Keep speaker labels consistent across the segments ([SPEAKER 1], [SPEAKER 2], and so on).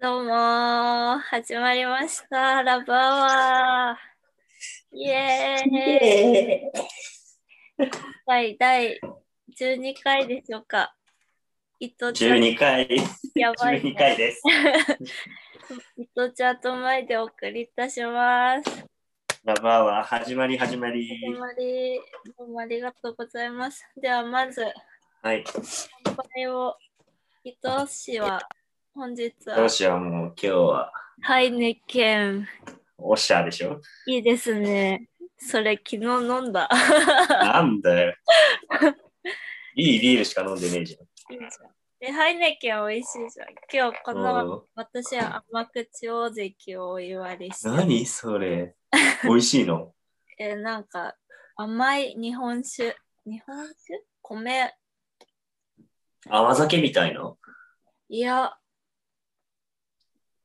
[SPEAKER 1] どうも始まりましたラブアワーイエーイ
[SPEAKER 2] え
[SPEAKER 1] 今回第12回でしょうか伊藤ちゃん
[SPEAKER 2] 12回、
[SPEAKER 1] やばい、ね、
[SPEAKER 2] 12回です。
[SPEAKER 1] 伊藤ちゃんと前でお送りいたします
[SPEAKER 2] ラバーは始まり始まり。
[SPEAKER 1] 始まりどうもありがとうございますではまず
[SPEAKER 2] はい。
[SPEAKER 1] 乾杯を伊藤氏は本日
[SPEAKER 2] ど
[SPEAKER 1] は
[SPEAKER 2] うしよう、もう今日は
[SPEAKER 1] ハイネケン
[SPEAKER 2] オッシャーでし ょ。
[SPEAKER 1] いいですねそれ昨日飲んだ
[SPEAKER 2] なんだ よ。いいビールしか飲んでねえじ
[SPEAKER 1] いいじゃんでハイネケン美味しいじゃん今日こ
[SPEAKER 2] ゃん。
[SPEAKER 1] の
[SPEAKER 2] うん
[SPEAKER 1] 私は甘口大関をお祝いして、
[SPEAKER 2] 何それ。美味しいの
[SPEAKER 1] えーなんか甘い日本酒、日本酒米、
[SPEAKER 2] 甘酒みたいの
[SPEAKER 1] いや、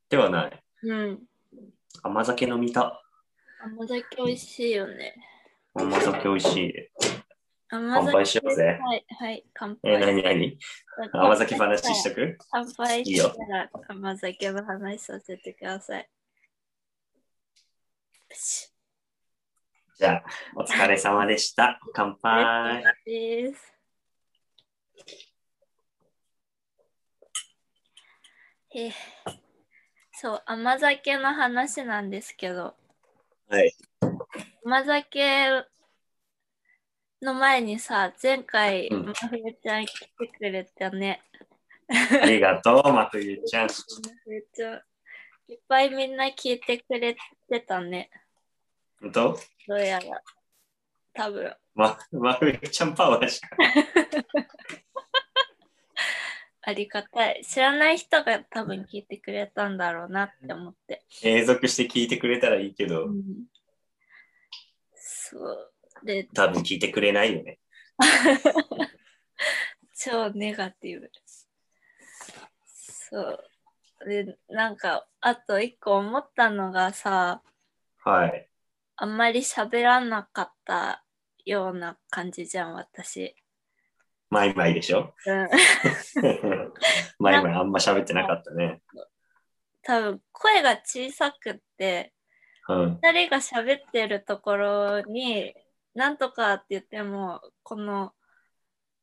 [SPEAKER 2] ではない。
[SPEAKER 1] うん、
[SPEAKER 2] 甘酒飲みた。
[SPEAKER 1] 甘酒美味しいよね。
[SPEAKER 2] 甘酒美味しい。
[SPEAKER 1] 甘
[SPEAKER 2] 乾杯しようぜ
[SPEAKER 1] はい、はい、乾
[SPEAKER 2] え、何
[SPEAKER 1] 杯。
[SPEAKER 2] 何甘酒話しとく
[SPEAKER 1] 乾杯
[SPEAKER 2] いい
[SPEAKER 1] した
[SPEAKER 2] よ
[SPEAKER 1] ら甘酒の話させてください。プシ
[SPEAKER 2] じゃあ、お疲れ様でした。乾杯。
[SPEAKER 1] ュです。えーそう、甘酒の話なんですけど、
[SPEAKER 2] はい。
[SPEAKER 1] 甘酒の前にさ、前回、
[SPEAKER 2] うん
[SPEAKER 1] まふゆちゃん来てくれたね。
[SPEAKER 2] ありがとう、まふゆちゃん。
[SPEAKER 1] まふゆちゃん、いっぱいみんな聞いてくれてたね。
[SPEAKER 2] 本当
[SPEAKER 1] どうやら。多分。
[SPEAKER 2] ま、まふゆちゃんパワーじゃん。
[SPEAKER 1] ありがたい。知らない人が多分聞いてくれたんだろうなって思って。
[SPEAKER 2] 永続して聞いてくれたらいいけど、
[SPEAKER 1] うんそう。で、
[SPEAKER 2] 多分聞いてくれないよね。
[SPEAKER 1] 超ネガティブ。そう。で、なんか、あと一個思ったのがさ、
[SPEAKER 2] はい。
[SPEAKER 1] あんまり喋らなかったような感じじゃん、私。
[SPEAKER 2] マイマイでし ょ
[SPEAKER 1] うん、
[SPEAKER 2] マイマイあんま喋ってなかったね。
[SPEAKER 1] 多分、声が小さくって、
[SPEAKER 2] うん。
[SPEAKER 1] 二人が喋ってるところに、なんとかって言っても、この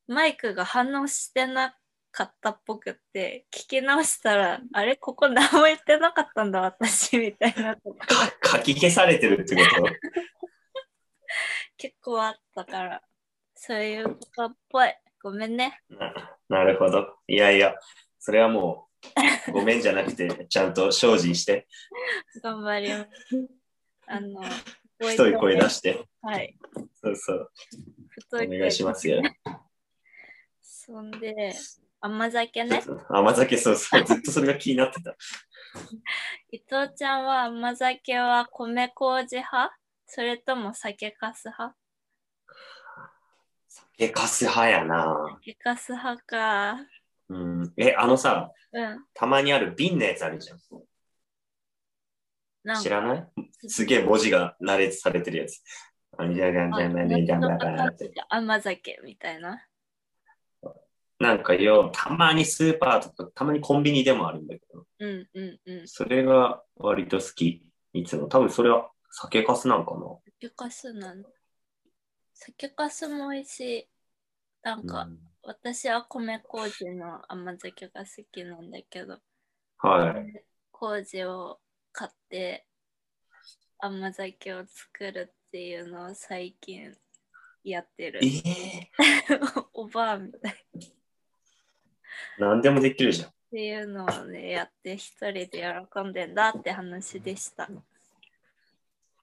[SPEAKER 1] マイクが反応してなかったっぽくって、聞き直したら、あれ、ここ何も言ってなかったんだ、私、みたいなとこ
[SPEAKER 2] か、かき消されてるってこと
[SPEAKER 1] 結構あったから、そういうことっぽい。ごめんね。
[SPEAKER 2] なるほど。いやいや、それはもう、ごめんじゃなくて、ちゃんと精進して、
[SPEAKER 1] 頑張ります。あの、
[SPEAKER 2] 太い声出して。
[SPEAKER 1] はい。
[SPEAKER 2] そうそう。
[SPEAKER 1] 太。
[SPEAKER 2] お願いしますすよ。
[SPEAKER 1] そんで、甘酒ね。
[SPEAKER 2] 甘酒、そうそう。ずっとそれが気になってた。
[SPEAKER 1] 伊藤ちゃんは甘酒は米麹派それとも酒かす派
[SPEAKER 2] え、カス派やな。
[SPEAKER 1] 酒かす派か。
[SPEAKER 2] うん。え、あのさ、
[SPEAKER 1] うん。
[SPEAKER 2] たまにある瓶のやつあるじゃん。
[SPEAKER 1] なん
[SPEAKER 2] 知
[SPEAKER 1] から
[SPEAKER 2] ないすげえ文字が羅列されてるやつ。あんじゃがんじゃがんじゃがんじゃがんって
[SPEAKER 1] 甘酒みたいな。
[SPEAKER 2] なんかよ、たまにスーパーとか、たまにコンビニでもあるんだけど、
[SPEAKER 1] うんうんうん。
[SPEAKER 2] それが割と好き。いつも。多分それは酒かすなんか
[SPEAKER 1] 酒かすなの。酒かすも美味しい。なん
[SPEAKER 2] な。
[SPEAKER 1] か、私は米麹の甘酒が好きなんだけど、
[SPEAKER 2] うんはい。
[SPEAKER 1] 麹を買って甘酒を作るっていうのを最近やってる
[SPEAKER 2] え。え
[SPEAKER 1] おばあみたいっ
[SPEAKER 2] ー、なんでもできるじゃん。
[SPEAKER 1] ていうのをねやって一人で喜んでんだって話でした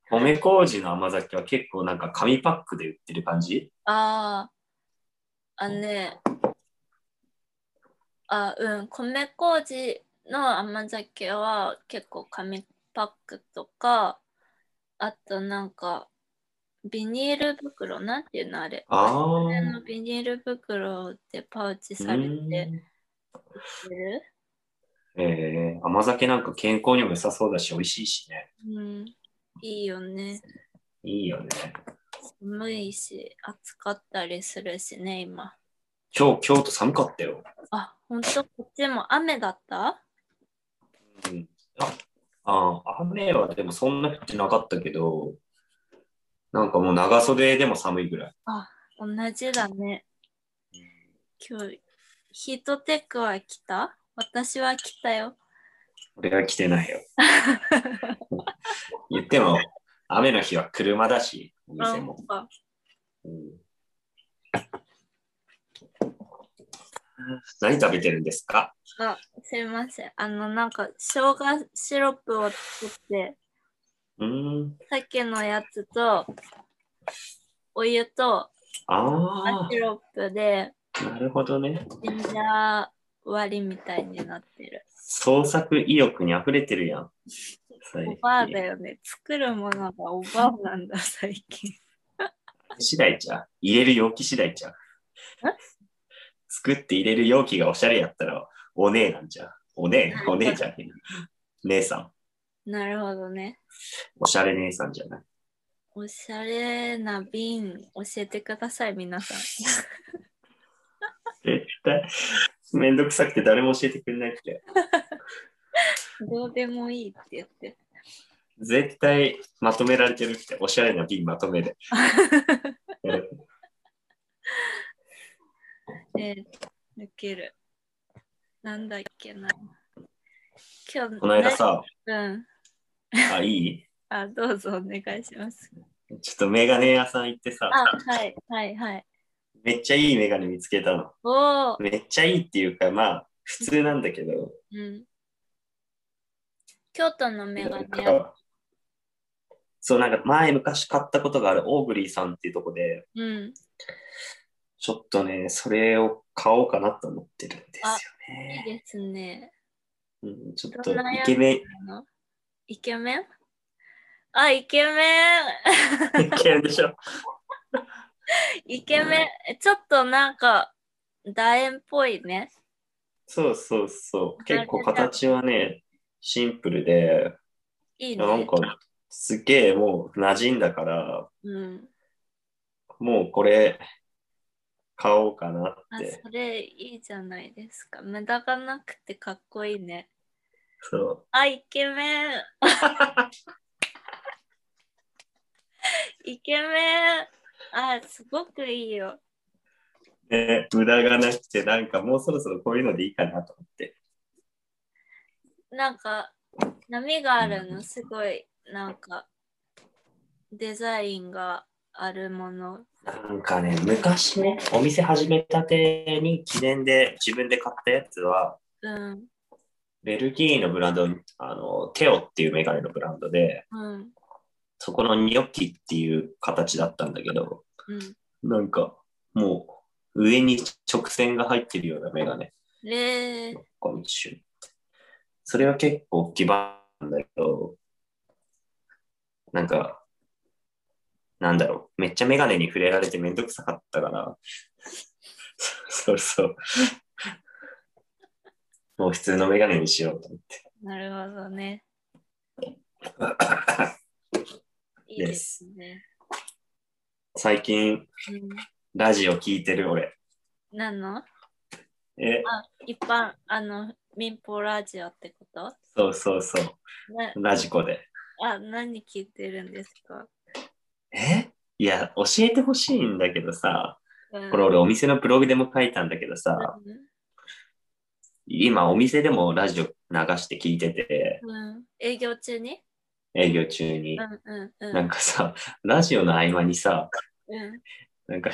[SPEAKER 2] 米麹の甘酒は結構なんか紙パックで売ってる感じ
[SPEAKER 1] あーあねあうん米麹の甘酒は結構紙パックとかあとなんかビニール袋なんていうのあれ
[SPEAKER 2] あ
[SPEAKER 1] 普通の
[SPEAKER 2] ー
[SPEAKER 1] ビニール袋でパウチ
[SPEAKER 2] う
[SPEAKER 1] されて売っ
[SPEAKER 2] ん。
[SPEAKER 1] て
[SPEAKER 2] え
[SPEAKER 1] る
[SPEAKER 2] えー、甘酒なんか健康にも良さそうだし、美味しいしね。
[SPEAKER 1] うんいいよね
[SPEAKER 2] いいよね。
[SPEAKER 1] 寒いし、暑かったりするしね、今。
[SPEAKER 2] 今日、京都寒かったよ。
[SPEAKER 1] あ、ほんと、こっちも雨だった
[SPEAKER 2] うんああー、雨はでもそんな降ってなかったけど、なんかもう長袖でも寒いぐらい。
[SPEAKER 1] 同じだね。今日、ヒートテックは来た私は来たよ。
[SPEAKER 2] 俺は着てない よ。言っても、雨の日は車だし、お店も。
[SPEAKER 1] あ
[SPEAKER 2] うん何食べてるんですか
[SPEAKER 1] あ、すいません。あの、なんか、生姜シロップを作って、
[SPEAKER 2] うーん。
[SPEAKER 1] 鮭のやつと、お湯と、
[SPEAKER 2] あ
[SPEAKER 1] シロップで、
[SPEAKER 2] あ、なるほどね。
[SPEAKER 1] ジンジャー割りみたいになってる。
[SPEAKER 2] 創作意欲に溢れてるやん。最
[SPEAKER 1] おばあだよね。作るものがおばあなんだ、最近。
[SPEAKER 2] 次第じゃう。入れる容器次第じゃう。作って入れる容器がおしゃれやったら、お姉なんじゃう。お姉、お姉じゃねえな。姉さん。
[SPEAKER 1] なるほどね。
[SPEAKER 2] おしゃれ姉さんじゃない。
[SPEAKER 1] おしゃれな瓶教えてください、皆さん。
[SPEAKER 2] 絶対、めんどくさくて誰も教えてくれなくて。
[SPEAKER 1] どうでもいいって言って。
[SPEAKER 2] 絶対まとめられてるって、おしゃれな瓶まとめで。
[SPEAKER 1] えー抜ける。なんだっけな。今日、
[SPEAKER 2] この間さ、
[SPEAKER 1] うん。
[SPEAKER 2] あ、いい
[SPEAKER 1] あ、どうぞお願いします。
[SPEAKER 2] ちょっとメガネ屋さん行ってさ、
[SPEAKER 1] あ、はい、はい、はい。
[SPEAKER 2] めっちゃいいメガネ見つけたの。
[SPEAKER 1] おー、
[SPEAKER 2] めっちゃいいっていうか、まあ、普通なんだけど、
[SPEAKER 1] うん。京都のメ
[SPEAKER 2] な
[SPEAKER 1] ガ
[SPEAKER 2] ん
[SPEAKER 1] ネ屋。
[SPEAKER 2] か、そう、なんか前昔買ったことがあるオーグリーさんっていうとこで、
[SPEAKER 1] うん。
[SPEAKER 2] ちょっとね、それを買おうかなと思ってるんですよ
[SPEAKER 1] いい
[SPEAKER 2] ね。
[SPEAKER 1] ですね。
[SPEAKER 2] うん、ちょっと
[SPEAKER 1] どんな
[SPEAKER 2] イ
[SPEAKER 1] やつ
[SPEAKER 2] ケメン、
[SPEAKER 1] あのイケメンあ、イケメン
[SPEAKER 2] イケメンでしょ
[SPEAKER 1] イケメン、ちょっとなんか、楕円っぽいね。
[SPEAKER 2] そうそうそう。
[SPEAKER 1] な
[SPEAKER 2] 結
[SPEAKER 1] る
[SPEAKER 2] 構
[SPEAKER 1] ほど
[SPEAKER 2] 形はね、シンプルで、
[SPEAKER 1] いいね。
[SPEAKER 2] なんか、すげえもう馴染んだから、
[SPEAKER 1] うん。
[SPEAKER 2] もうこれ、買おうかなっ
[SPEAKER 1] あ、
[SPEAKER 2] て。
[SPEAKER 1] それいいじゃないですか。無駄がなくてかっこいいね。
[SPEAKER 2] そう。
[SPEAKER 1] あ、イケメンイケメンあ、すごくいいよ。
[SPEAKER 2] ね、無駄がなくて、なんかもうそろそろこういうのでいいかなと思って。
[SPEAKER 1] なんか、波があるの、すごい、なんか、デザインがあるもの。
[SPEAKER 2] なんかね、昔ね、お店始めたてに記念で自分で買ったやつは、
[SPEAKER 1] うん、
[SPEAKER 2] ベルギーのブランド、あの、テオっていうメガネのブランドで、
[SPEAKER 1] うん、
[SPEAKER 2] そこのニョッキっていう形だったんだけど、
[SPEAKER 1] うん。
[SPEAKER 2] なんか、もう、上に直線が入ってるようなメガネ。
[SPEAKER 1] えー、
[SPEAKER 2] この一瞬。それは結構基盤なんだけど、なんか、なんだろう。めっちゃメガネに触れられてめんどくさかったから、 そうそう。もう普通のメガネにしようと思って。
[SPEAKER 1] なるほどね。いい
[SPEAKER 2] で
[SPEAKER 1] です
[SPEAKER 2] す
[SPEAKER 1] ね。
[SPEAKER 2] 最近、
[SPEAKER 1] うん、
[SPEAKER 2] ラジオ聞いてる俺。
[SPEAKER 1] なの
[SPEAKER 2] え、
[SPEAKER 1] 一般、あの、民放ラジオってこと
[SPEAKER 2] そうそうそう。
[SPEAKER 1] な
[SPEAKER 2] ラジコで。
[SPEAKER 1] あ、何聞いてるんですか、
[SPEAKER 2] えいや、教えてほしいんだけどさ、
[SPEAKER 1] うん
[SPEAKER 2] これ俺お店のブログでも書いたんだけどさ、今お店でもラジオ流して聞いてて、
[SPEAKER 1] うんうん、営業中に
[SPEAKER 2] 営業中に
[SPEAKER 1] う。んうんう
[SPEAKER 2] なん
[SPEAKER 1] ん。
[SPEAKER 2] かさ、ラジオの合間にさ、
[SPEAKER 1] うん、
[SPEAKER 2] なんか、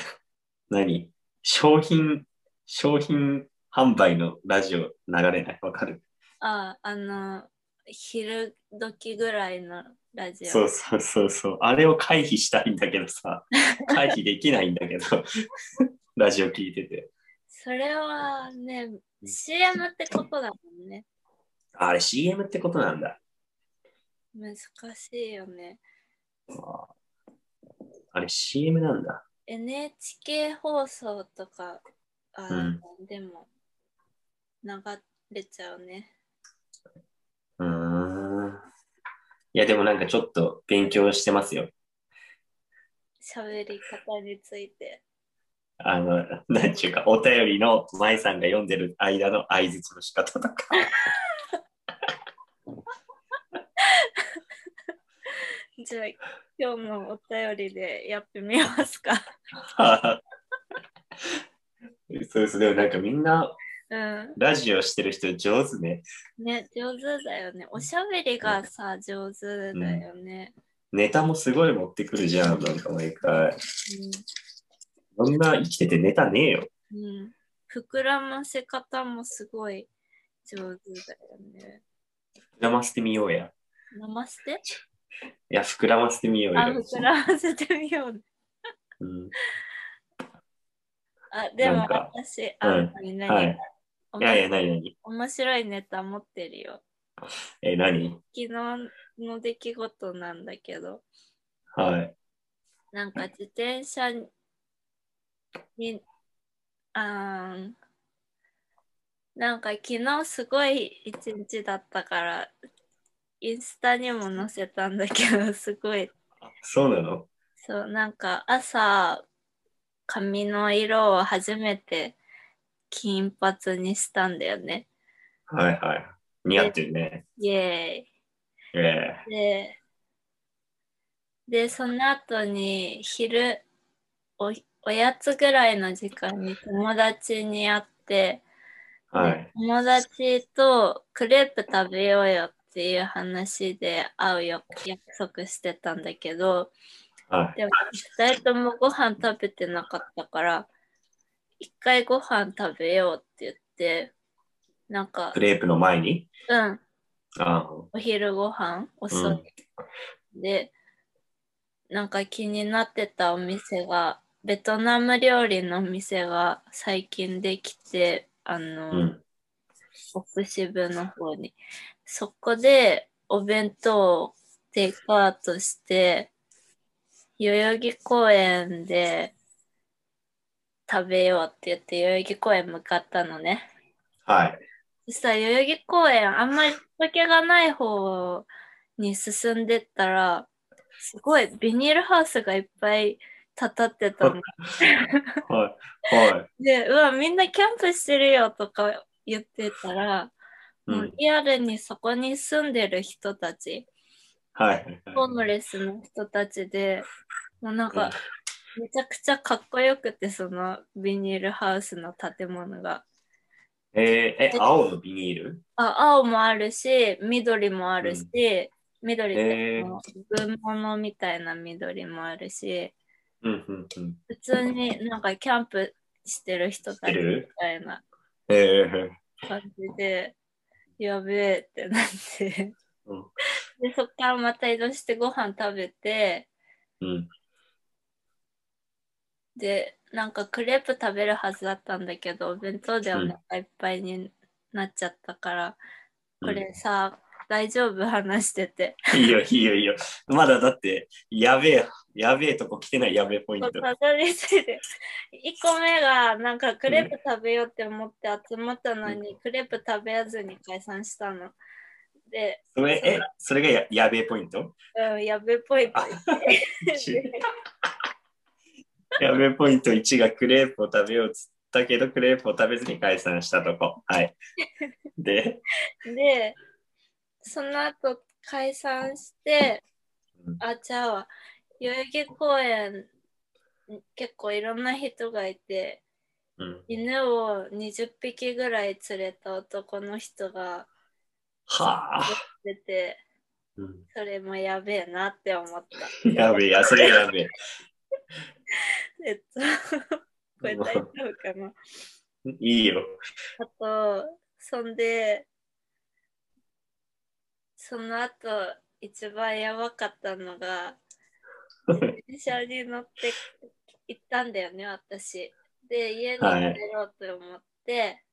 [SPEAKER 2] 何商品、商品販売のラジオ流れないわかる
[SPEAKER 1] あ、あの、昼時ぐらいのラジオ。
[SPEAKER 2] そうそうそうそう。あれを回避したいんだけど さ、回避できないんだけど、ラジオ聞いてて。
[SPEAKER 1] それはね、CM ってことだもんね。
[SPEAKER 2] あれ CM ってことなんだ。
[SPEAKER 1] 難しいよね。
[SPEAKER 2] あれ CM なんだ。
[SPEAKER 1] NHK 放送とか、あでも、流れちゃうね。
[SPEAKER 2] うーん。いや、でもなんかちょっと勉強してますよ。
[SPEAKER 1] 喋り方について。
[SPEAKER 2] あの、なんちゅうか、お便りの舞さんが読んでる間の相づちの仕方とか。
[SPEAKER 1] じゃあ今日のお便りでやってみますか。
[SPEAKER 2] そうです。でもなんかみんな
[SPEAKER 1] う
[SPEAKER 2] ラジオしてる人上手ね。
[SPEAKER 1] ん。ね、上手だよね。おしゃべりがさ、上手だよね。
[SPEAKER 2] ネタもすごい持ってくるじゃん。なんか毎回。
[SPEAKER 1] うん
[SPEAKER 2] そんな生きててネタねえよ。
[SPEAKER 1] うん、膨らませ方もすごい上手だよね。
[SPEAKER 2] 膨らませてみようや。
[SPEAKER 1] 飲ませて
[SPEAKER 2] いや、膨らませてみよう
[SPEAKER 1] あ、
[SPEAKER 2] よ。
[SPEAKER 1] 膨らませてみようね。
[SPEAKER 2] うん
[SPEAKER 1] あ、でも
[SPEAKER 2] なんか
[SPEAKER 1] 私、あ、
[SPEAKER 2] うん
[SPEAKER 1] 何何、
[SPEAKER 2] はい。
[SPEAKER 1] お
[SPEAKER 2] い
[SPEAKER 1] も
[SPEAKER 2] やいや、なになに
[SPEAKER 1] 面白いネタ持ってるよ。
[SPEAKER 2] え、なに
[SPEAKER 1] 昨日の出来事なんだけど、
[SPEAKER 2] はい。
[SPEAKER 1] なんか自転車に、あーなんか昨日すごい一日だったから、インスタにも載せたんだけど、すごい
[SPEAKER 2] そうなの
[SPEAKER 1] そう、なんか朝、髪の色を初めて金髪にしたんだよね。
[SPEAKER 2] はいはい。似合ってるね。
[SPEAKER 1] イエ
[SPEAKER 2] え
[SPEAKER 1] ーイ。で、で、その後に昼、お、おやつぐらいの時間に友達に会って、
[SPEAKER 2] えはい。
[SPEAKER 1] 友達とクレープ食べようよっていう話で会うよ約束してたんだけど、
[SPEAKER 2] はい。
[SPEAKER 1] でも2人ともご飯食べてなかったから一回ご飯食べようって言ってなんか
[SPEAKER 2] クレープの前に
[SPEAKER 1] うん
[SPEAKER 2] あ
[SPEAKER 1] お昼ご飯遅い、でなんか気になってたお店がベトナム料理のお店が最近できてあの、
[SPEAKER 2] うん。
[SPEAKER 1] 奥渋の方にそこでお弁当をテイクアウトして代々木公園で食べようって言って代々木公園向かったのね
[SPEAKER 2] はい。
[SPEAKER 1] そしたら代々木公園あんまり人気がない方に進んでったらすごいビニールハウスがいっぱい立たってたの
[SPEAKER 2] はい。はい。
[SPEAKER 1] で、うわ、みんなキャンプしてるよとか言ってたら、
[SPEAKER 2] うん
[SPEAKER 1] もうリアルにそこに住んでる人たち、
[SPEAKER 2] はい。
[SPEAKER 1] ホームレスの人たちで、もうなんか、めちゃくちゃかっこよくて、そのビニールハウスの建物が。
[SPEAKER 2] えーえ、青のビニール
[SPEAKER 1] あ青もあるし、緑もあるし、緑ってあの文物みたいな緑もあるし、
[SPEAKER 2] うんうんうん。
[SPEAKER 1] 普通になんかキャンプしてる人た
[SPEAKER 2] 知って
[SPEAKER 1] ちみ
[SPEAKER 2] る
[SPEAKER 1] たいな
[SPEAKER 2] ええ
[SPEAKER 1] 感じで、やべえってなって、
[SPEAKER 2] うん
[SPEAKER 1] で、そっからまた移動してご飯食べて、
[SPEAKER 2] うん。
[SPEAKER 1] で、なんかクレープ食べるはずだったんだけど、お弁当でお腹いっぱいになっちゃったから、
[SPEAKER 2] うん
[SPEAKER 1] これさ、大丈夫話してて。
[SPEAKER 2] いいよ、いいよ、いいよ。まだだって、やべえ、やべえとこ来てないやべえポイン
[SPEAKER 1] そう
[SPEAKER 2] ト。
[SPEAKER 1] たどり着いて1個目がなんかクレープ食べようって思って集まったのに、クレープ食べずに解散したの。で、
[SPEAKER 2] それ、え、それがややべえポイント
[SPEAKER 1] うん、やべえポイント。
[SPEAKER 2] やべえポイント1がクレープを食べようっつったけど、クレープを食べずに解散したとこ。はい。で、
[SPEAKER 1] で、その後解散して
[SPEAKER 2] うん、
[SPEAKER 1] あ、じゃあ、代々木公園、結構いろんな人がいて、
[SPEAKER 2] うん、
[SPEAKER 1] 犬を20匹ぐらい連れた男の人が
[SPEAKER 2] はあ、
[SPEAKER 1] 出て、
[SPEAKER 2] うん
[SPEAKER 1] それもやべえなって思った。
[SPEAKER 2] やべえ、や、それやべえ。
[SPEAKER 1] えっと、これ大丈夫かな。
[SPEAKER 2] いいよ。
[SPEAKER 1] あと、そんで、その後、一番やばかったのが、電車に乗って行ったんだよね、私。で、家に帰ろうと思って、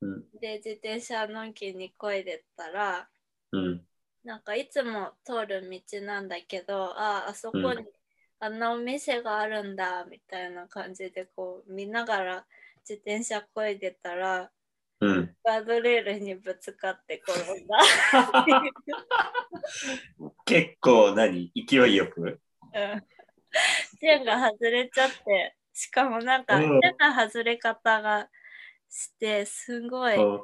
[SPEAKER 2] うん
[SPEAKER 1] で、自転車のんきにこいでったら、
[SPEAKER 2] うん、
[SPEAKER 1] なんかいつも通る道なんだけど、ああ、あそこに、
[SPEAKER 2] うん
[SPEAKER 1] あんなお店があるんだ、みたいな感じで、こう、見ながら自転車こいでたら、
[SPEAKER 2] うん。
[SPEAKER 1] ガードレールにぶつかって転 んだ。
[SPEAKER 2] 結構何、勢いよく。
[SPEAKER 1] うん線が外れちゃってしかもなんか
[SPEAKER 2] うん
[SPEAKER 1] 変な外れ方がしてすごい
[SPEAKER 2] うん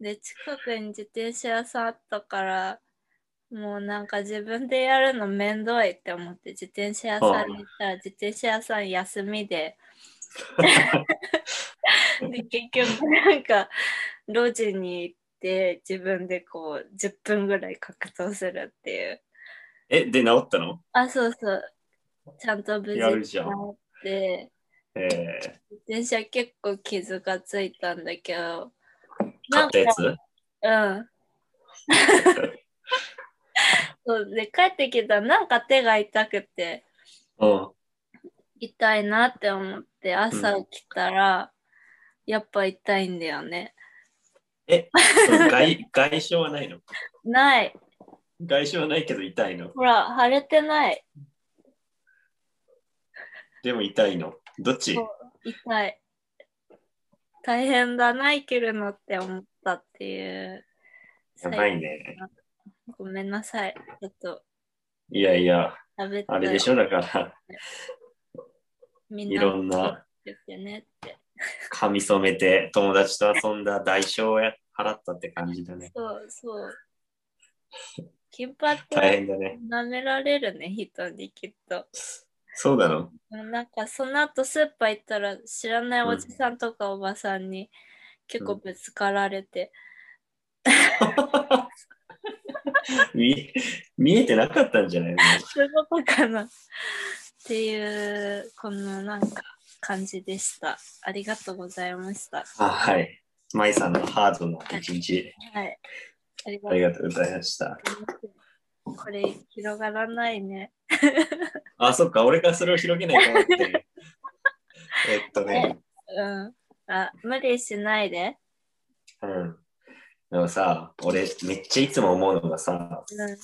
[SPEAKER 1] で近くに自転車屋さんあったからもうなんか自分でやるのめんどいって思って自転車屋さんに行ったら自転車屋さん休 みでで結局なんか路地に行って自分でこう10分ぐらい格闘するっていう
[SPEAKER 2] え、で、治ったの
[SPEAKER 1] あそうそうちゃんと無事
[SPEAKER 2] やるじゃん
[SPEAKER 1] 治って
[SPEAKER 2] えー、
[SPEAKER 1] 自転車結構傷がついたんだけど
[SPEAKER 2] 買ったやつ
[SPEAKER 1] うん。 そうで帰ってきたらなんか手が痛くて
[SPEAKER 2] うん。
[SPEAKER 1] 痛いなって思って朝起きたら、やっぱ痛いんだよね。
[SPEAKER 2] え、その外外傷はないの
[SPEAKER 1] ない。
[SPEAKER 2] 外傷はないけど痛いの。
[SPEAKER 1] ほら腫れてない。
[SPEAKER 2] でも痛いの。どっち
[SPEAKER 1] そう痛い。大変だな生きるのって思ったっていう。
[SPEAKER 2] やばいね。
[SPEAKER 1] ごめんなさい。ちょっと
[SPEAKER 2] いやいや、
[SPEAKER 1] 食べて
[SPEAKER 2] あれでしょだから、
[SPEAKER 1] みん
[SPEAKER 2] い
[SPEAKER 1] な
[SPEAKER 2] ろんな
[SPEAKER 1] 言ってねって。
[SPEAKER 2] 髪染めて友達と遊んだ代償を払ったって感じだね。
[SPEAKER 1] そ うそう。金髪
[SPEAKER 2] 大変だね。
[SPEAKER 1] 舐められるね、人にきっと。
[SPEAKER 2] そうなの
[SPEAKER 1] でもなんかその後スーパー行ったら知らないおじさんとかおばさんに結構ぶつかられて、
[SPEAKER 2] 見見えてなかったんじゃないの
[SPEAKER 1] そういうことかなっていう、このなんか感じでした。ありがとうございました。
[SPEAKER 2] あはい。舞さんのハードな一日、
[SPEAKER 1] はい。ありが
[SPEAKER 2] あ
[SPEAKER 1] と
[SPEAKER 2] り
[SPEAKER 1] う
[SPEAKER 2] がとうございました。
[SPEAKER 1] ございます。これ広がらないね。
[SPEAKER 2] あ、そっか、俺がそれを広げないと思って る。えっとね、
[SPEAKER 1] うん。あ、無理しないで。
[SPEAKER 2] うん。でもさ、俺、めっちゃいつも思うのがさ、
[SPEAKER 1] うん。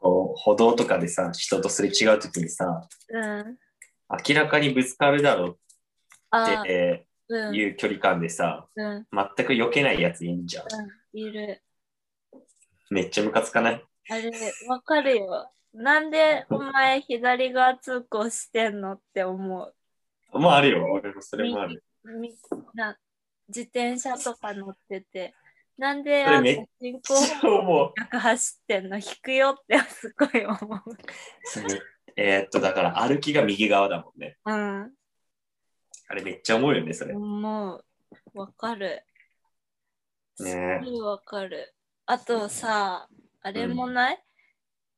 [SPEAKER 2] こう歩道とかでさ、人とすれ違うときにさ、
[SPEAKER 1] うん。
[SPEAKER 2] 明らかにぶつかるだろうっ
[SPEAKER 1] あ、
[SPEAKER 2] て
[SPEAKER 1] うん。
[SPEAKER 2] いう距離感でさ、
[SPEAKER 1] うん。
[SPEAKER 2] 全く避けないやついいんじゃん。
[SPEAKER 1] いる。
[SPEAKER 2] めっちゃムカつかない
[SPEAKER 1] あれ、わかるよ。なんでお前左側通行してんのって思う。
[SPEAKER 2] まああるよ、俺もそれもあ る。
[SPEAKER 1] みな自転車とか乗ってて。なんで
[SPEAKER 2] それ
[SPEAKER 1] あん
[SPEAKER 2] め
[SPEAKER 1] た
[SPEAKER 2] っ
[SPEAKER 1] 進行方
[SPEAKER 2] そう思う。
[SPEAKER 1] 向走ってんの引くよってすごい思う。
[SPEAKER 2] それえーっと、だから歩きが右側だもんね。
[SPEAKER 1] うん。
[SPEAKER 2] あれめっちゃ思うよね、それ。
[SPEAKER 1] 思う。わかる。す
[SPEAKER 2] ね
[SPEAKER 1] ごいわかる。あとさ、あれもない、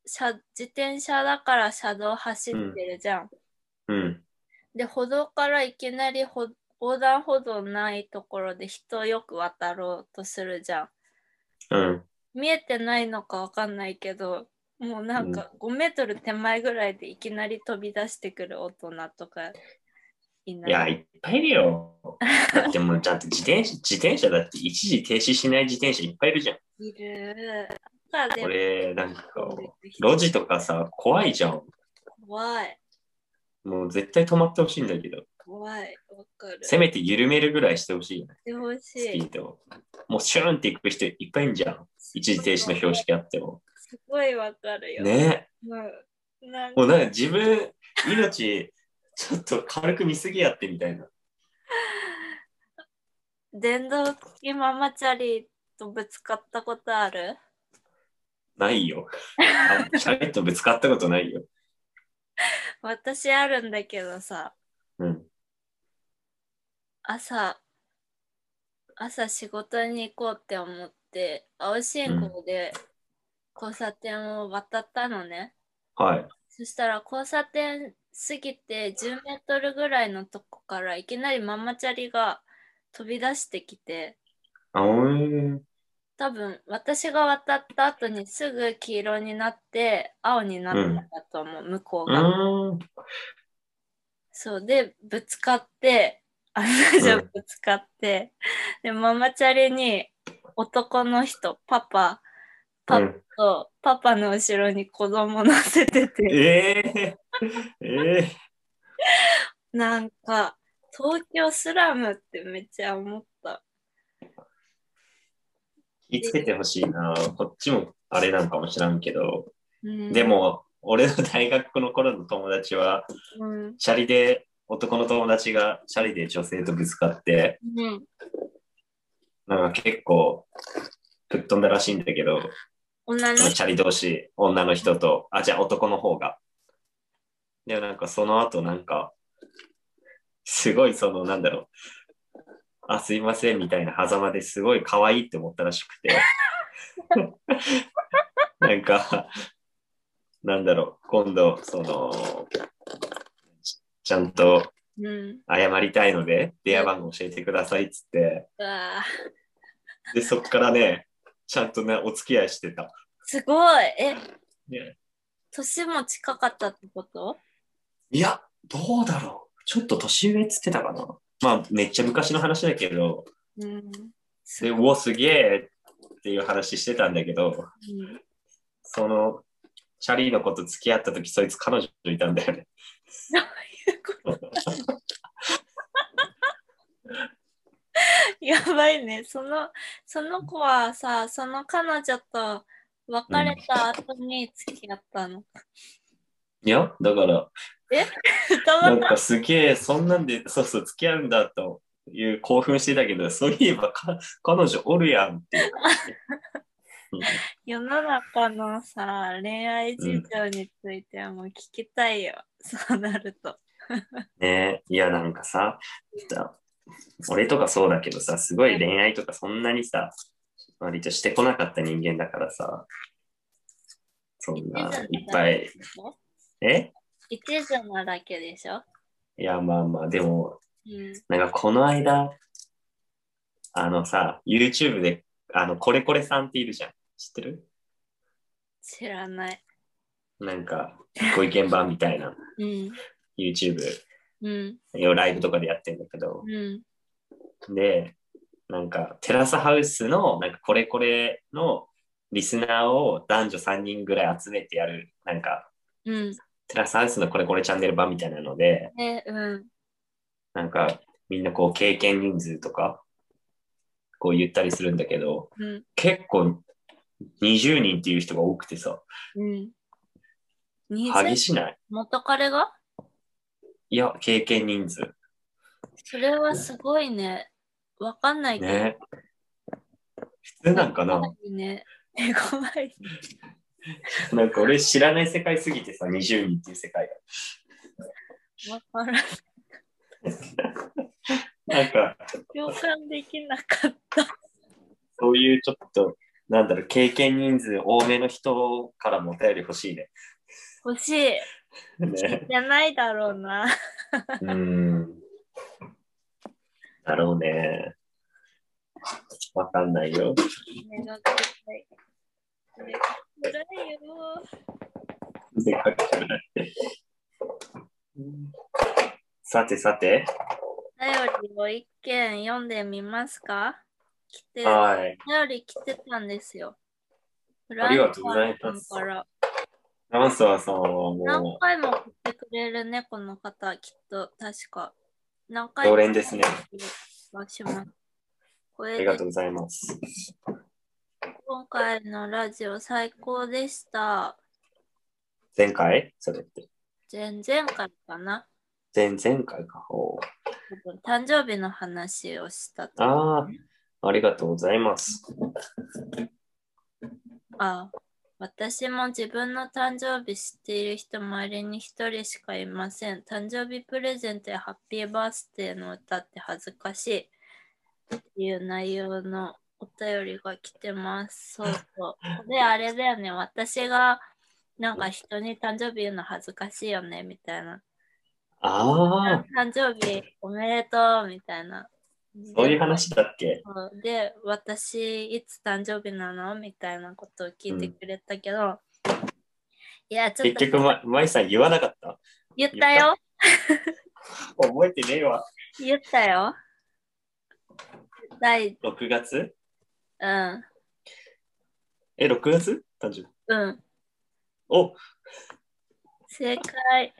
[SPEAKER 1] 車自転車だから車道走ってるじゃん
[SPEAKER 2] うん。
[SPEAKER 1] で歩道からいきなりほ横断歩道ないところで人よく渡ろうとするじゃ
[SPEAKER 2] うん。
[SPEAKER 1] ん見えてないのかわかんないけどもうなんか5メートル手前ぐらいでいきなり飛び出してくる大人とかいない
[SPEAKER 2] いや、いっぱいいるよ。だってもう、ちゃんと自転車、自転車だって一時停止しない自転車いっぱいいるじゃん。
[SPEAKER 1] いるなんかでも
[SPEAKER 2] 俺、なんか、路地とかさ、怖いじゃん。
[SPEAKER 1] 怖い
[SPEAKER 2] もう絶対止まってほしいんだけど、
[SPEAKER 1] 怖いわかる
[SPEAKER 2] せめて緩めるぐらいしてほしいよね、
[SPEAKER 1] てほし
[SPEAKER 2] スピ
[SPEAKER 1] い
[SPEAKER 2] ードを。もうシューンっていく人いっぱいいるじゃん。一時停止の標識あっても。
[SPEAKER 1] すごいわかるよ、
[SPEAKER 2] ね
[SPEAKER 1] うん、なんか
[SPEAKER 2] もうなんか自分、命、ちょっと軽く見すぎやってみたいな。
[SPEAKER 1] 電動付きママチャリとぶつかったことある
[SPEAKER 2] ないよ。あシャレッとぶつかったことないよ。
[SPEAKER 1] 私あるんだけどさ
[SPEAKER 2] うん。
[SPEAKER 1] 朝朝仕事に行こうって思って青信号で交差点を渡ったのね、
[SPEAKER 2] はい。
[SPEAKER 1] そしたら交差点過ぎて10メートルぐらいのとこからいきなりママチャリが飛び出してきて
[SPEAKER 2] あおー
[SPEAKER 1] 多分私が渡った後にすぐ黄色になって青になったんだと思う、向こ
[SPEAKER 2] う
[SPEAKER 1] うが、
[SPEAKER 2] ーん。
[SPEAKER 1] そうでぶつかってあのじゃぶつかって、でママチャリに男の人パパ
[SPEAKER 2] う
[SPEAKER 1] パパ
[SPEAKER 2] ん、
[SPEAKER 1] と、パパの後ろに子供乗せてて
[SPEAKER 2] ええー。ええ
[SPEAKER 1] なんか東京スラムってめっちゃ思った
[SPEAKER 2] 気ぃつけてほしいな。こっちもあれなんかも知らんけど。
[SPEAKER 1] うん
[SPEAKER 2] でも、俺の大学の頃の友達は、
[SPEAKER 1] うん
[SPEAKER 2] シャリで、男の友達がシャリで女性とぶつかって、
[SPEAKER 1] うん
[SPEAKER 2] なんか結構、吹っ飛んだらしいんだけど、
[SPEAKER 1] 女の
[SPEAKER 2] そのチャリ同士、女の人と、あ、じゃあ男の方が。でもなんかその後なんか、すごいそのなんだろう、あ、すいませんみたいな狭間ですごい可愛いって思ったらしくて。なんか、なんだろう、今度、その、ちちゃんと
[SPEAKER 1] うん。
[SPEAKER 2] 謝りたいので、電話番号教えてくださいっつって、
[SPEAKER 1] うわー
[SPEAKER 2] で、そっからね、ちゃんとね、お付き合いしてた。
[SPEAKER 1] すごい。え、
[SPEAKER 2] ね
[SPEAKER 1] 年も近かったってこと
[SPEAKER 2] いや、どうだろう。ちょっと年上っつってたかな。まあ、めっちゃ昔の話だけど、
[SPEAKER 1] うん。す
[SPEAKER 2] で、
[SPEAKER 1] ご
[SPEAKER 2] うお、すげえっていう話してたんだけど、
[SPEAKER 1] いうん
[SPEAKER 2] その、チャリーの子と付き合った時、そいつ彼女いたんだよね。
[SPEAKER 1] やばいね。その、その子はさ、その彼女と別れた後に付き合ったの。
[SPEAKER 2] いや、だから、
[SPEAKER 1] 二股
[SPEAKER 2] なんかすげえ、そんなんで、そうそう、付き合うんだという興奮してたけど、そういえばか、彼女おるやんって いう。
[SPEAKER 1] 世の中のさ、恋愛事情についてはもう聞きたいよ。そうなると。
[SPEAKER 2] ねえ、いや、なんかさ、だ俺とかそうだけどさ、すごい恋愛とかそんなにさ、割としてこなかった人間だからさ、そんな、いっぱい、え
[SPEAKER 1] 一途なだけでしょ
[SPEAKER 2] いや、まあまあ、でも、
[SPEAKER 1] うん。
[SPEAKER 2] なんかこの間、あのさ、YouTube で、あの、これこれさんっているじゃん。知ってる
[SPEAKER 1] 知らない。
[SPEAKER 2] なんか、ご意見番みたいな。
[SPEAKER 1] うん。
[SPEAKER 2] YouTube
[SPEAKER 1] うん。
[SPEAKER 2] をライブとかでやってんだけど、
[SPEAKER 1] うん。
[SPEAKER 2] で、なんかテラスハウスのなんかこれこれのリスナーを男女3人ぐらい集めてやる、なんか
[SPEAKER 1] う
[SPEAKER 2] テラスハウスのこれこれチャンネル版みたいなので、
[SPEAKER 1] ん。え、うん。
[SPEAKER 2] なんかみんなこう経験人数とか、こう言ったりするんだけど、
[SPEAKER 1] うん。
[SPEAKER 2] 結構20人っていう人が多くてさ、
[SPEAKER 1] うん。二
[SPEAKER 2] 激
[SPEAKER 1] 千
[SPEAKER 2] しない
[SPEAKER 1] 元彼が
[SPEAKER 2] いや、経験人数。
[SPEAKER 1] それはすごいね。わかんないけど。
[SPEAKER 2] ね。普通なんかな
[SPEAKER 1] 怖いね。え、怖い。
[SPEAKER 2] なんか俺知らない世界すぎてさ、20人っていう世界が。
[SPEAKER 1] わからん。
[SPEAKER 2] なんか、
[SPEAKER 1] 共感できなかった。
[SPEAKER 2] そういうちょっと、なんだろう、経験人数多めの人からもお便り欲しいね。
[SPEAKER 1] 欲しい。
[SPEAKER 2] ね。
[SPEAKER 1] じゃないだろうな。
[SPEAKER 2] うん。だろうね。わかんないよ。
[SPEAKER 1] 目が暗い。目が暗いよ。
[SPEAKER 2] でかくないさてさて、
[SPEAKER 1] お便りを一件読んでみますか来て、お
[SPEAKER 2] はい。
[SPEAKER 1] 便り来てたんですよ。フ
[SPEAKER 2] ありがとうございます
[SPEAKER 1] ランカーさんから
[SPEAKER 2] ナンサーさんは
[SPEAKER 1] 何
[SPEAKER 2] も
[SPEAKER 1] 回も送ってくれるね、この方、きっと、確か。何
[SPEAKER 2] う、
[SPEAKER 1] 回も
[SPEAKER 2] 常連ですね。
[SPEAKER 1] はします。こ
[SPEAKER 2] あ
[SPEAKER 1] れ
[SPEAKER 2] り
[SPEAKER 1] で
[SPEAKER 2] がとうございます。
[SPEAKER 1] 今回のラジオ最高でした。
[SPEAKER 2] 前回それって。
[SPEAKER 1] 前々回かな。
[SPEAKER 2] 前々回か。おー
[SPEAKER 1] 多分誕生日の話をしたと。
[SPEAKER 2] ああ、ありがとうございます。
[SPEAKER 1] あ私も自分の誕生日知っている人周りに一人しかいません。誕生日プレゼントやハッピーバースデーの歌って恥ずかしいっていう内容のお便りが来てます。そうそう。で、あれだよね。私がなんか人に誕生日言うの恥ずかしいよねみたいな。
[SPEAKER 2] ああ、
[SPEAKER 1] 誕生日おめでとうみたいな。
[SPEAKER 2] そういう話だっけ
[SPEAKER 1] そうで、私、いつ誕生日なのみたいなことを聞いてくれたけど、いや、ちょっ
[SPEAKER 2] 結
[SPEAKER 1] と
[SPEAKER 2] 局、ま、まいさん言わなかった
[SPEAKER 1] 言ったよ、
[SPEAKER 2] 覚えてねえわ。
[SPEAKER 1] 言ったよ。第、
[SPEAKER 2] 6月
[SPEAKER 1] うん、
[SPEAKER 2] え、6月誕生日。
[SPEAKER 1] うん、
[SPEAKER 2] お、
[SPEAKER 1] 正解。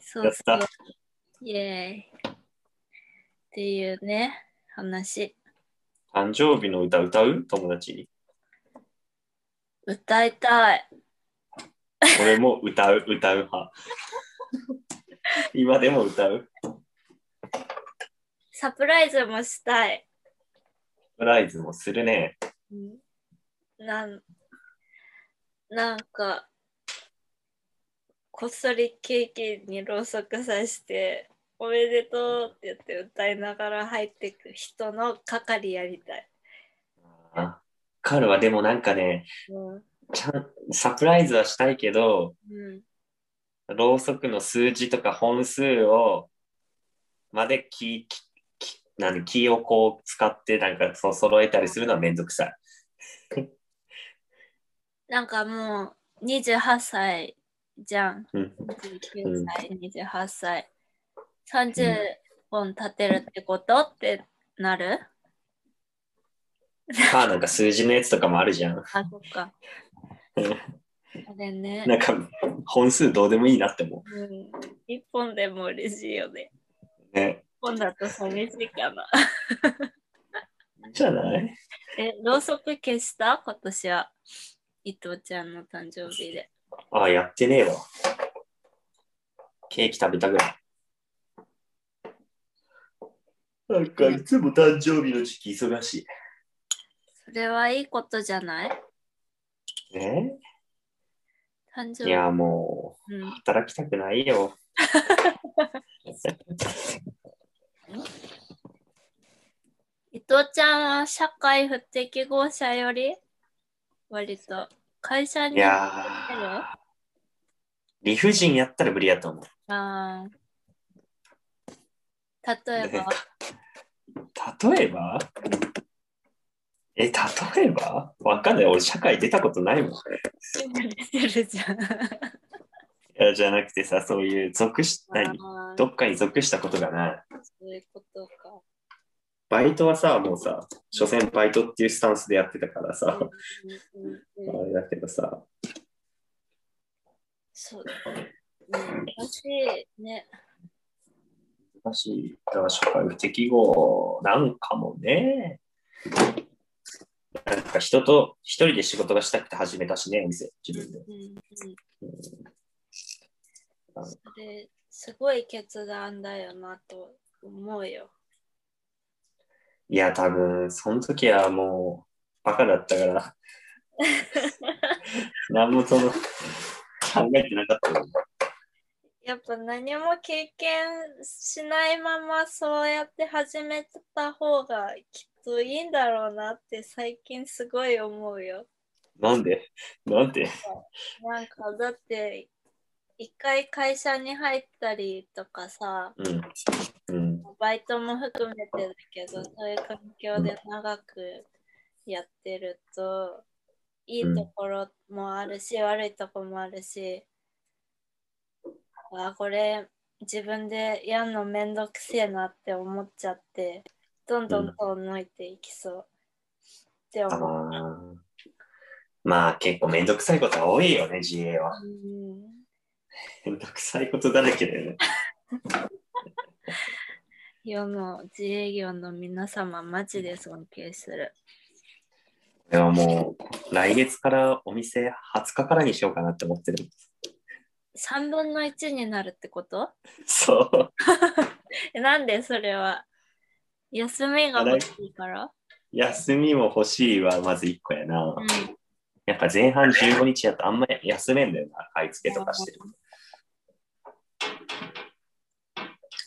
[SPEAKER 1] そう
[SPEAKER 2] やっ
[SPEAKER 1] そう
[SPEAKER 2] た。
[SPEAKER 1] イエーイ。っていうね、話。
[SPEAKER 2] 誕生日の歌歌う友達に。
[SPEAKER 1] 歌いたい。
[SPEAKER 2] 俺も歌う、 歌う派。今でも歌う。
[SPEAKER 1] サプライズもしたい。
[SPEAKER 2] サプライズもするね。
[SPEAKER 1] うんなんなんか、こっそりケーキにろうそくさして、おめでとうって言って歌いながら入ってく人の係やりたい。
[SPEAKER 2] あカールはでもなんかね、
[SPEAKER 1] うん。
[SPEAKER 2] ちゃん、サプライズはしたいけど、
[SPEAKER 1] うん、
[SPEAKER 2] ろうそくの数字とか本数を、までキー、キー、何、キーをこう使って、なんかそう揃えたりするのはめんどくさい。
[SPEAKER 1] なんかもう28歳じゃん。
[SPEAKER 2] うん。
[SPEAKER 1] 29歳、28歳。30本立てるってことってなる
[SPEAKER 2] カールなんか数字のやつとかもあるじゃん。
[SPEAKER 1] あ、そっか。
[SPEAKER 2] うん
[SPEAKER 1] あれね。
[SPEAKER 2] なんか、本数どうでもいいなって思
[SPEAKER 1] うん、一本でも嬉しいよね。
[SPEAKER 2] う。ね。
[SPEAKER 1] 一本だと寂しいかな。
[SPEAKER 2] いいじゃない
[SPEAKER 1] え、ろうそく消した今年は。伊藤ちゃんの誕生日で。
[SPEAKER 2] ああ、やってねえわ。ケーキ食べたぐらい。なんかいつも誕生日の時期忙し
[SPEAKER 1] それはいいことじゃない
[SPEAKER 2] い。ね
[SPEAKER 1] 誕生
[SPEAKER 2] い
[SPEAKER 1] 日。
[SPEAKER 2] や、も
[SPEAKER 1] う
[SPEAKER 2] う、
[SPEAKER 1] ん、
[SPEAKER 2] 働きたくないよ。
[SPEAKER 1] 伊藤ちゃんは社会不適合者より割と会社
[SPEAKER 2] い
[SPEAKER 1] に
[SPEAKER 2] や
[SPEAKER 1] いる
[SPEAKER 2] ー、理不尽やったら無理やと思う。
[SPEAKER 1] あー例えば、
[SPEAKER 2] 例えばえ、例えばわかんない。俺、社会出たことないもん。い
[SPEAKER 1] 出て るじゃん。
[SPEAKER 2] やじゃなくてさ、そういう属し
[SPEAKER 1] あ
[SPEAKER 2] たり、
[SPEAKER 1] ー
[SPEAKER 2] どっかに属したことがない。
[SPEAKER 1] そういうことか。
[SPEAKER 2] バイトはさ、もうさ、所詮バイトっていうスタンスでやってたからさ、
[SPEAKER 1] うんうんうんうん
[SPEAKER 2] あれだけどさ、
[SPEAKER 1] そうだね。うん難しいね。
[SPEAKER 2] 難しい。だから社会不適合なんかもね。なんか人と一人で仕事がしたくて始めたしね、お店、自分で。
[SPEAKER 1] うんうん
[SPEAKER 2] うん
[SPEAKER 1] それ、すごい決断だよなと思うよ。
[SPEAKER 2] いや、多分、その時はもう、バカだった から。何もその、考えてなかったよ。
[SPEAKER 1] やっぱ何も経験しないままそうやって始めた方がきっといいんだろうなって最近すごい思うよ。
[SPEAKER 2] なんでなんで
[SPEAKER 1] なんかだって一回会社に入ったりとかさ
[SPEAKER 2] うん。うん。
[SPEAKER 1] バイトも含めてだけどそういう環境で長くやってるといいところもあるし、悪いところもあるしあこれ自分でやんのめんどくせえなって思っちゃってどんどん遠のいていきそうって
[SPEAKER 2] あ
[SPEAKER 1] 思う。
[SPEAKER 2] ーまあ、結構めんどくさいことは多いよね、自営は。
[SPEAKER 1] うん
[SPEAKER 2] めんどくさいことだらけだよね。
[SPEAKER 1] 世の自営業の皆様、マジで尊敬する。
[SPEAKER 2] いや、もう、来月からお店20日からにしようかなって思ってる。
[SPEAKER 1] 3分の1になるってこと
[SPEAKER 2] そう。
[SPEAKER 1] えなんでそれは休みが欲しいから、
[SPEAKER 2] 休みも欲しいは、まず1個やな
[SPEAKER 1] う。ん、
[SPEAKER 2] やっぱ前半15日やとあんまり休めんだよな、買い付けとかしてる。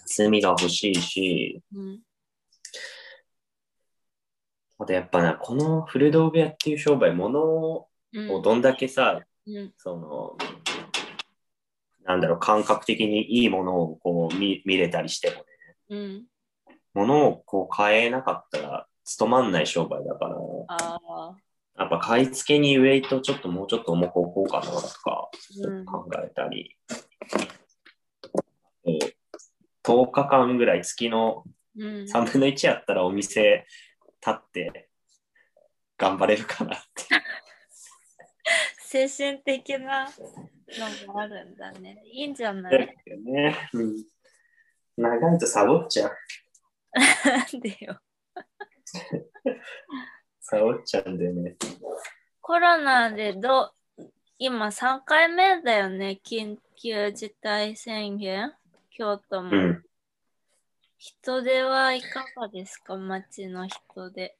[SPEAKER 2] 休みが欲しいし、
[SPEAKER 1] うん
[SPEAKER 2] あとやっぱな、この古道具屋っていう商売、物を
[SPEAKER 1] うん
[SPEAKER 2] どんだけさ、
[SPEAKER 1] うん
[SPEAKER 2] その、なんだろう、感覚的にいいものをこう見見れたりしてもね、
[SPEAKER 1] うん、
[SPEAKER 2] ものをこう買えなかったら、務まんない商売だから、
[SPEAKER 1] ああ、
[SPEAKER 2] やっぱ買い付けにウェイトちょっともうちょっと重く置こうかなとか
[SPEAKER 1] うん、
[SPEAKER 2] 考えたり、えー10日間ぐらい月の
[SPEAKER 1] うん、
[SPEAKER 2] 3分の1やったらお店立って頑張れるかなって。
[SPEAKER 1] 精神的なのもあるんだね。いいんじゃない
[SPEAKER 2] ね、うん、長いとサボっちゃう。
[SPEAKER 1] なんでよ。
[SPEAKER 2] サボっちゃうんだよね。
[SPEAKER 1] コロナでどう今3回目だよね、緊急事態宣言、京都も。
[SPEAKER 2] うん。
[SPEAKER 1] 人出はいかがですか街の人出。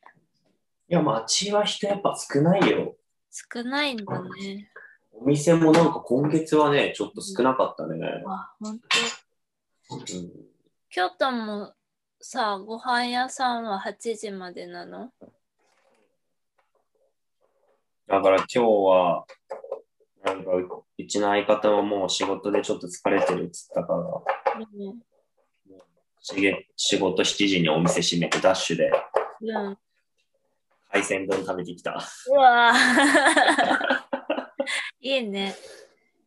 [SPEAKER 2] いや、街は人やっぱ少ないよ。
[SPEAKER 1] 少ないんだね。
[SPEAKER 2] お店もなんか今月はね、ちょっと少なかったね。
[SPEAKER 1] あ、本当。
[SPEAKER 2] うん、
[SPEAKER 1] 京都もさ、ご飯屋さんは8時までなの
[SPEAKER 2] だから今日は、なんかううちの相方はもう仕事でちょっと疲れてるっつったから、
[SPEAKER 1] うん。
[SPEAKER 2] しげ仕事7時にお店閉めてダッシュで
[SPEAKER 1] うん、
[SPEAKER 2] 海鮮丼食べてきた。
[SPEAKER 1] うわぁ。 いいね。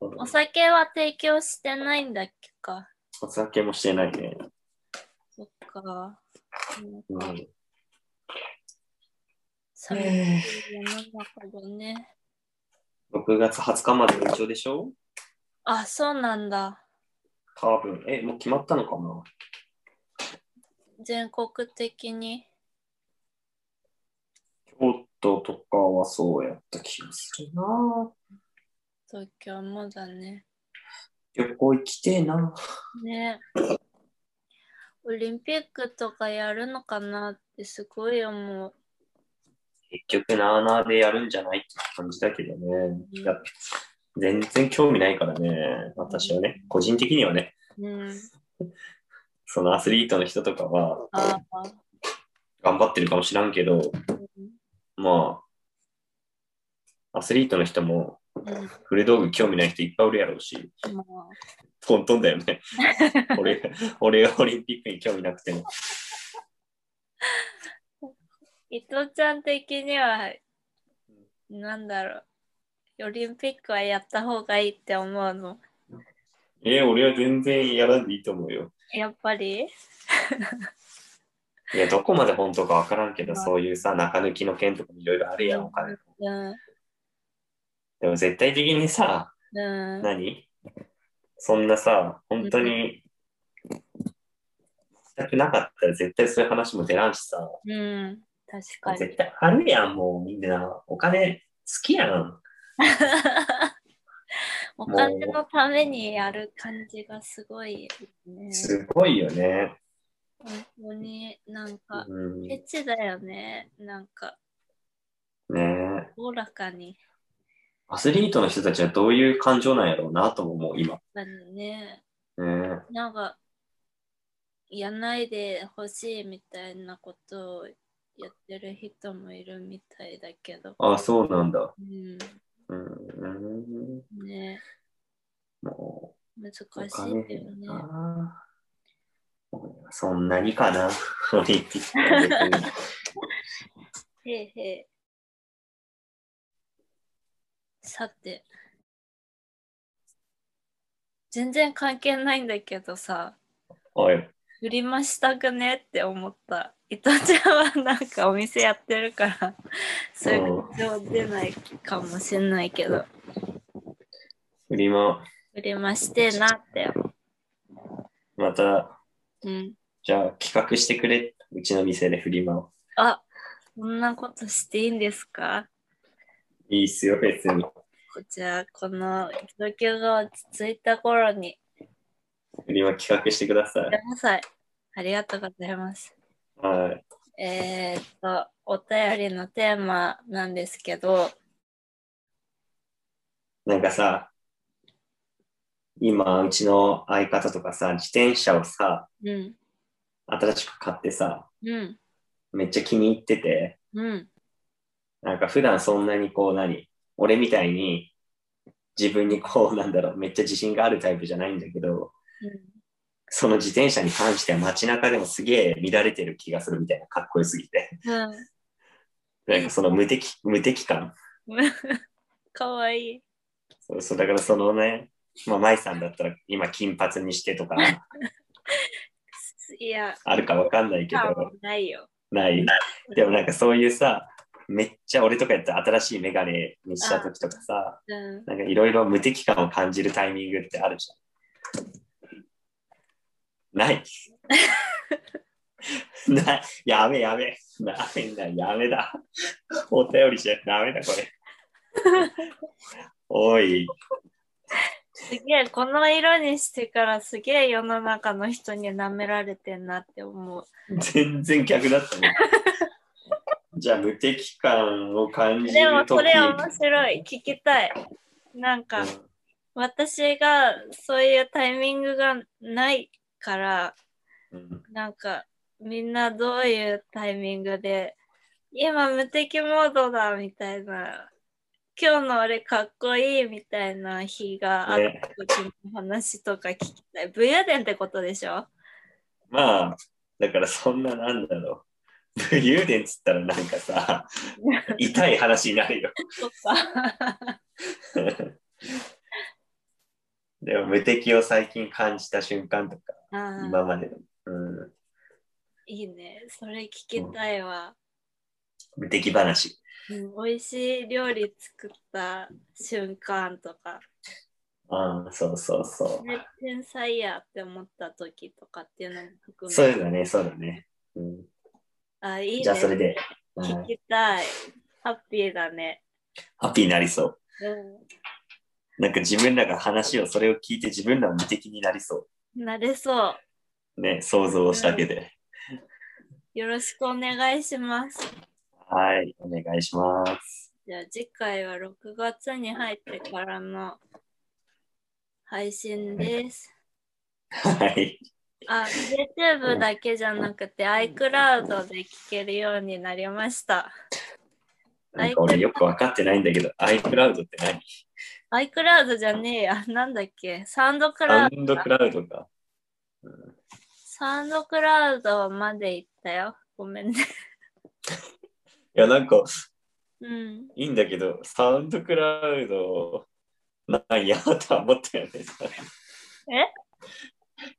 [SPEAKER 1] お酒は提供してないんだっけか。
[SPEAKER 2] お酒もしてないね。
[SPEAKER 1] そっか。
[SPEAKER 2] うん
[SPEAKER 1] 寒い世の中だね。
[SPEAKER 2] 6月20日まで延長でしょ
[SPEAKER 1] あ、そうなんだ。
[SPEAKER 2] 多分。え、もう決まったのかな
[SPEAKER 1] 全国的に。
[SPEAKER 2] 京都とかはそうやった気がするな
[SPEAKER 1] 東京もだね。
[SPEAKER 2] 旅行行きてえな
[SPEAKER 1] ね。オリンピックとかやるのかなってすごい思う。
[SPEAKER 2] 結局なあなあでやるんじゃないって感じだけどね。いや全然興味ないからね。私はね、個人的にはね、
[SPEAKER 1] うん。
[SPEAKER 2] そのアスリートの人とかは
[SPEAKER 1] ああ。
[SPEAKER 2] 頑張ってるかもしらんけど、まあ、アスリートの人も
[SPEAKER 1] うん。
[SPEAKER 2] 古道具興味ない人いっぱいおるやろうし、
[SPEAKER 1] まあ
[SPEAKER 2] トントンだよね。俺、俺がオリンピックに興味なくても。
[SPEAKER 1] 伊藤ちゃん的には、なんだろう。オリンピックはやった方がいいって思うの。
[SPEAKER 2] えー俺は全然やらんでいいと思うよ。
[SPEAKER 1] やっぱり
[SPEAKER 2] いや、どこまで本当かわからんけど、
[SPEAKER 1] はい
[SPEAKER 2] そういうさ、中抜きの件とかもいろいろあるやん、お金。
[SPEAKER 1] うん。
[SPEAKER 2] でも絶対的にさ、
[SPEAKER 1] うん。
[SPEAKER 2] 何そんなさ、本当に、したくなかったら絶対そういう話も出らんしさ、
[SPEAKER 1] うん、確かに。
[SPEAKER 2] 絶対あるやん、もうみんな。お金好きやん。
[SPEAKER 1] お金のためにやる感じがすごいね。
[SPEAKER 2] すごいよね。
[SPEAKER 1] 本当になんか、
[SPEAKER 2] うん、
[SPEAKER 1] ケ
[SPEAKER 2] ね
[SPEAKER 1] チだよね。なんか、
[SPEAKER 2] え
[SPEAKER 1] おおらかに。
[SPEAKER 2] アスリートの人たちはどういう感情なんやろうなとも思う、今。
[SPEAKER 1] あのね、
[SPEAKER 2] ね
[SPEAKER 1] なんか、やんないでほしいみたいなことをやってる人もいるみたいだけど。
[SPEAKER 2] あ、そうなんだ。
[SPEAKER 1] うん、
[SPEAKER 2] うんうん、
[SPEAKER 1] ね、
[SPEAKER 2] も
[SPEAKER 1] 難し
[SPEAKER 2] う、お
[SPEAKER 1] いよ
[SPEAKER 2] 金
[SPEAKER 1] ね。
[SPEAKER 2] な。そんなにかな、 オリン ピックは別に。
[SPEAKER 1] へえへえ。さて。全然関係ないんだけどさ、
[SPEAKER 2] おい、
[SPEAKER 1] 売りましたくねって思った。伊藤ちゃんはなんかお店やってるから、そういう感情出ないかもしんないけど、
[SPEAKER 2] フリマ、
[SPEAKER 1] 売りましてえなって。
[SPEAKER 2] また、
[SPEAKER 1] うん。
[SPEAKER 2] じゃあ企画してくれ。うちの店でフリマを。
[SPEAKER 1] あ、こんなことしていいんですか
[SPEAKER 2] いいっすよ、別に。
[SPEAKER 1] じゃあ、この状況が落ち着いた頃に、
[SPEAKER 2] フリマ企画してくださ
[SPEAKER 1] ご
[SPEAKER 2] い。
[SPEAKER 1] めんなさい。ありがとうございます。
[SPEAKER 2] はい。
[SPEAKER 1] えーっと、お便りのテーマなんですけど、
[SPEAKER 2] なんかさ、今、うちの相方とかさ、自転車をさ、
[SPEAKER 1] うん、
[SPEAKER 2] 新しく買ってさ、
[SPEAKER 1] うん、
[SPEAKER 2] めっちゃ気に入ってて、
[SPEAKER 1] うん、
[SPEAKER 2] なんか普段そんなにこう何、俺みたいに自分にこうなん だろう、めっちゃ自信があるタイプじゃないんだけど、その自転車に関しては街中でもすげえ見られてる気がするみたいな、かっこよすぎて。
[SPEAKER 1] うん、
[SPEAKER 2] なんかその無敵、無敵感。
[SPEAKER 1] うん。 かわいい。
[SPEAKER 2] そうそう、だからそのね、まあ、舞さんだったら今金髪にして とか
[SPEAKER 1] いや、
[SPEAKER 2] あるかわかんないけ
[SPEAKER 1] か
[SPEAKER 2] ど、
[SPEAKER 1] ないよ。
[SPEAKER 2] ない。でもなんかそういうさ、めっちゃ俺とかやったら新しいメガネにした時とかさ、
[SPEAKER 1] うん、
[SPEAKER 2] なんかいろいろ無敵感を感じるタイミングってあるじゃん。 ない。ない。やべやべ。ダメだ、やめだ。お便りしちゃダメだ、こ れ。おい、
[SPEAKER 1] すげえ、この色にしてからすげえ世の中の人に舐められてんなって思う。
[SPEAKER 2] 全然逆だった ね。じゃあ無敵感を感じ
[SPEAKER 1] で
[SPEAKER 2] る
[SPEAKER 1] も
[SPEAKER 2] と
[SPEAKER 1] こ
[SPEAKER 2] き
[SPEAKER 1] れ面白い。聞きたい。なんか、
[SPEAKER 2] うん
[SPEAKER 1] 私がそういうタイミングがないから、
[SPEAKER 2] うん
[SPEAKER 1] なんか、みんなどういうタイミングで、今無敵モードだみたいな、今日の俺かっこいいみたいな日があった時の話とか聞きたい。ブヤデンってことでしょ
[SPEAKER 2] まあ、だからそんななんだろう。武勇伝っつったらなんか さ、痛い話になるよ。
[SPEAKER 1] とか。
[SPEAKER 2] でも無敵を最近感じた瞬間とか、
[SPEAKER 1] あ
[SPEAKER 2] 今
[SPEAKER 1] あ、
[SPEAKER 2] までの、うん、
[SPEAKER 1] いいね。それ聞きたいわ。
[SPEAKER 2] 無敵話。
[SPEAKER 1] うん、美味しい料理作った瞬間とか、
[SPEAKER 2] ああ、そうそうそ
[SPEAKER 1] ね、天才やって思った時とかっていうのも含
[SPEAKER 2] う。
[SPEAKER 1] め
[SPEAKER 2] そういうのね、そうだね。うん、
[SPEAKER 1] あいいね
[SPEAKER 2] じゃあそれで、うん
[SPEAKER 1] 聞きたいハッピーだね、
[SPEAKER 2] ハッピーになりそう。
[SPEAKER 1] う
[SPEAKER 2] なんか自分らが話を、それを聞いて自分らも無敵になりそ
[SPEAKER 1] ん、なれそう
[SPEAKER 2] う。ね、想像しただけで。
[SPEAKER 1] よろしくお願いします
[SPEAKER 2] はい、お願いします。
[SPEAKER 1] じゃあ次回は6月に入ってからの配信です
[SPEAKER 2] はい。
[SPEAKER 1] あ YouTube だけじゃなくて iCloud で聞けるようになりました
[SPEAKER 2] なんか俺よくわかってないんだけど、iCloud って何
[SPEAKER 1] iCloud じゃねえや。なんだっけサウンドク
[SPEAKER 2] サ
[SPEAKER 1] ラ
[SPEAKER 2] ウ
[SPEAKER 1] ウド。
[SPEAKER 2] ンドクラウドか。
[SPEAKER 1] サウンドクラウドまで行ったよ。ごめんね。
[SPEAKER 2] いや、なんか
[SPEAKER 1] うん。
[SPEAKER 2] いいんだけど、サウンドクラウド、なんやとは思った よね。え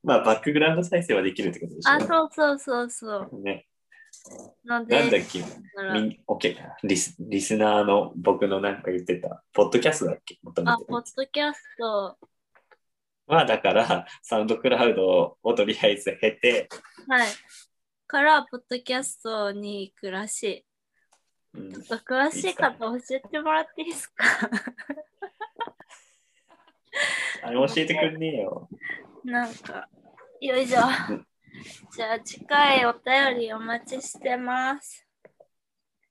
[SPEAKER 2] まあ、バックグラウンド再生はできるってことでしょ。
[SPEAKER 1] あ、そうそうそうそう。
[SPEAKER 2] ね、
[SPEAKER 1] ので、
[SPEAKER 2] なんだっけ
[SPEAKER 1] だから
[SPEAKER 2] みんオッケーリスリスナーの僕のなんか言ってた、ポッドキャストだっけ求め
[SPEAKER 1] あ、
[SPEAKER 2] て
[SPEAKER 1] ポッドキャスト。
[SPEAKER 2] まあ、だから、サウンドクラウドをとりあえず経て、
[SPEAKER 1] はい。から、ポッドキャストに行くらしい。
[SPEAKER 2] うん
[SPEAKER 1] ちょっと詳しい方教えてもらっていいですか
[SPEAKER 2] あれ教えてくんねえよ。
[SPEAKER 1] なんか、よいしょ。じゃあ、次回お便りお待ちしてます。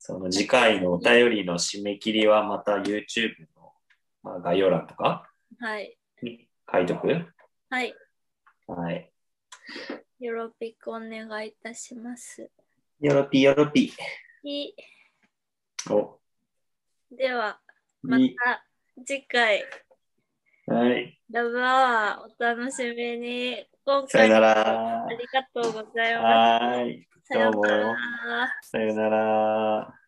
[SPEAKER 2] その次回のお便りの締め切りはまた YouTube の、まあ、概要欄とか
[SPEAKER 1] はい。
[SPEAKER 2] に書いとく。
[SPEAKER 1] はい。
[SPEAKER 2] はい。
[SPEAKER 1] よろぴくお願いいたします。
[SPEAKER 2] よろぴよろぴ。
[SPEAKER 1] いい
[SPEAKER 2] お、
[SPEAKER 1] では、ま
[SPEAKER 2] いい
[SPEAKER 1] た次回、
[SPEAKER 2] はい。
[SPEAKER 1] ラブアワーお楽しみに。今
[SPEAKER 2] さよ
[SPEAKER 1] 回
[SPEAKER 2] な
[SPEAKER 1] あ
[SPEAKER 2] ら。
[SPEAKER 1] りがとうございます。
[SPEAKER 2] はい。
[SPEAKER 1] さよ
[SPEAKER 2] どう
[SPEAKER 1] うな
[SPEAKER 2] も
[SPEAKER 1] ら。
[SPEAKER 2] さよなら。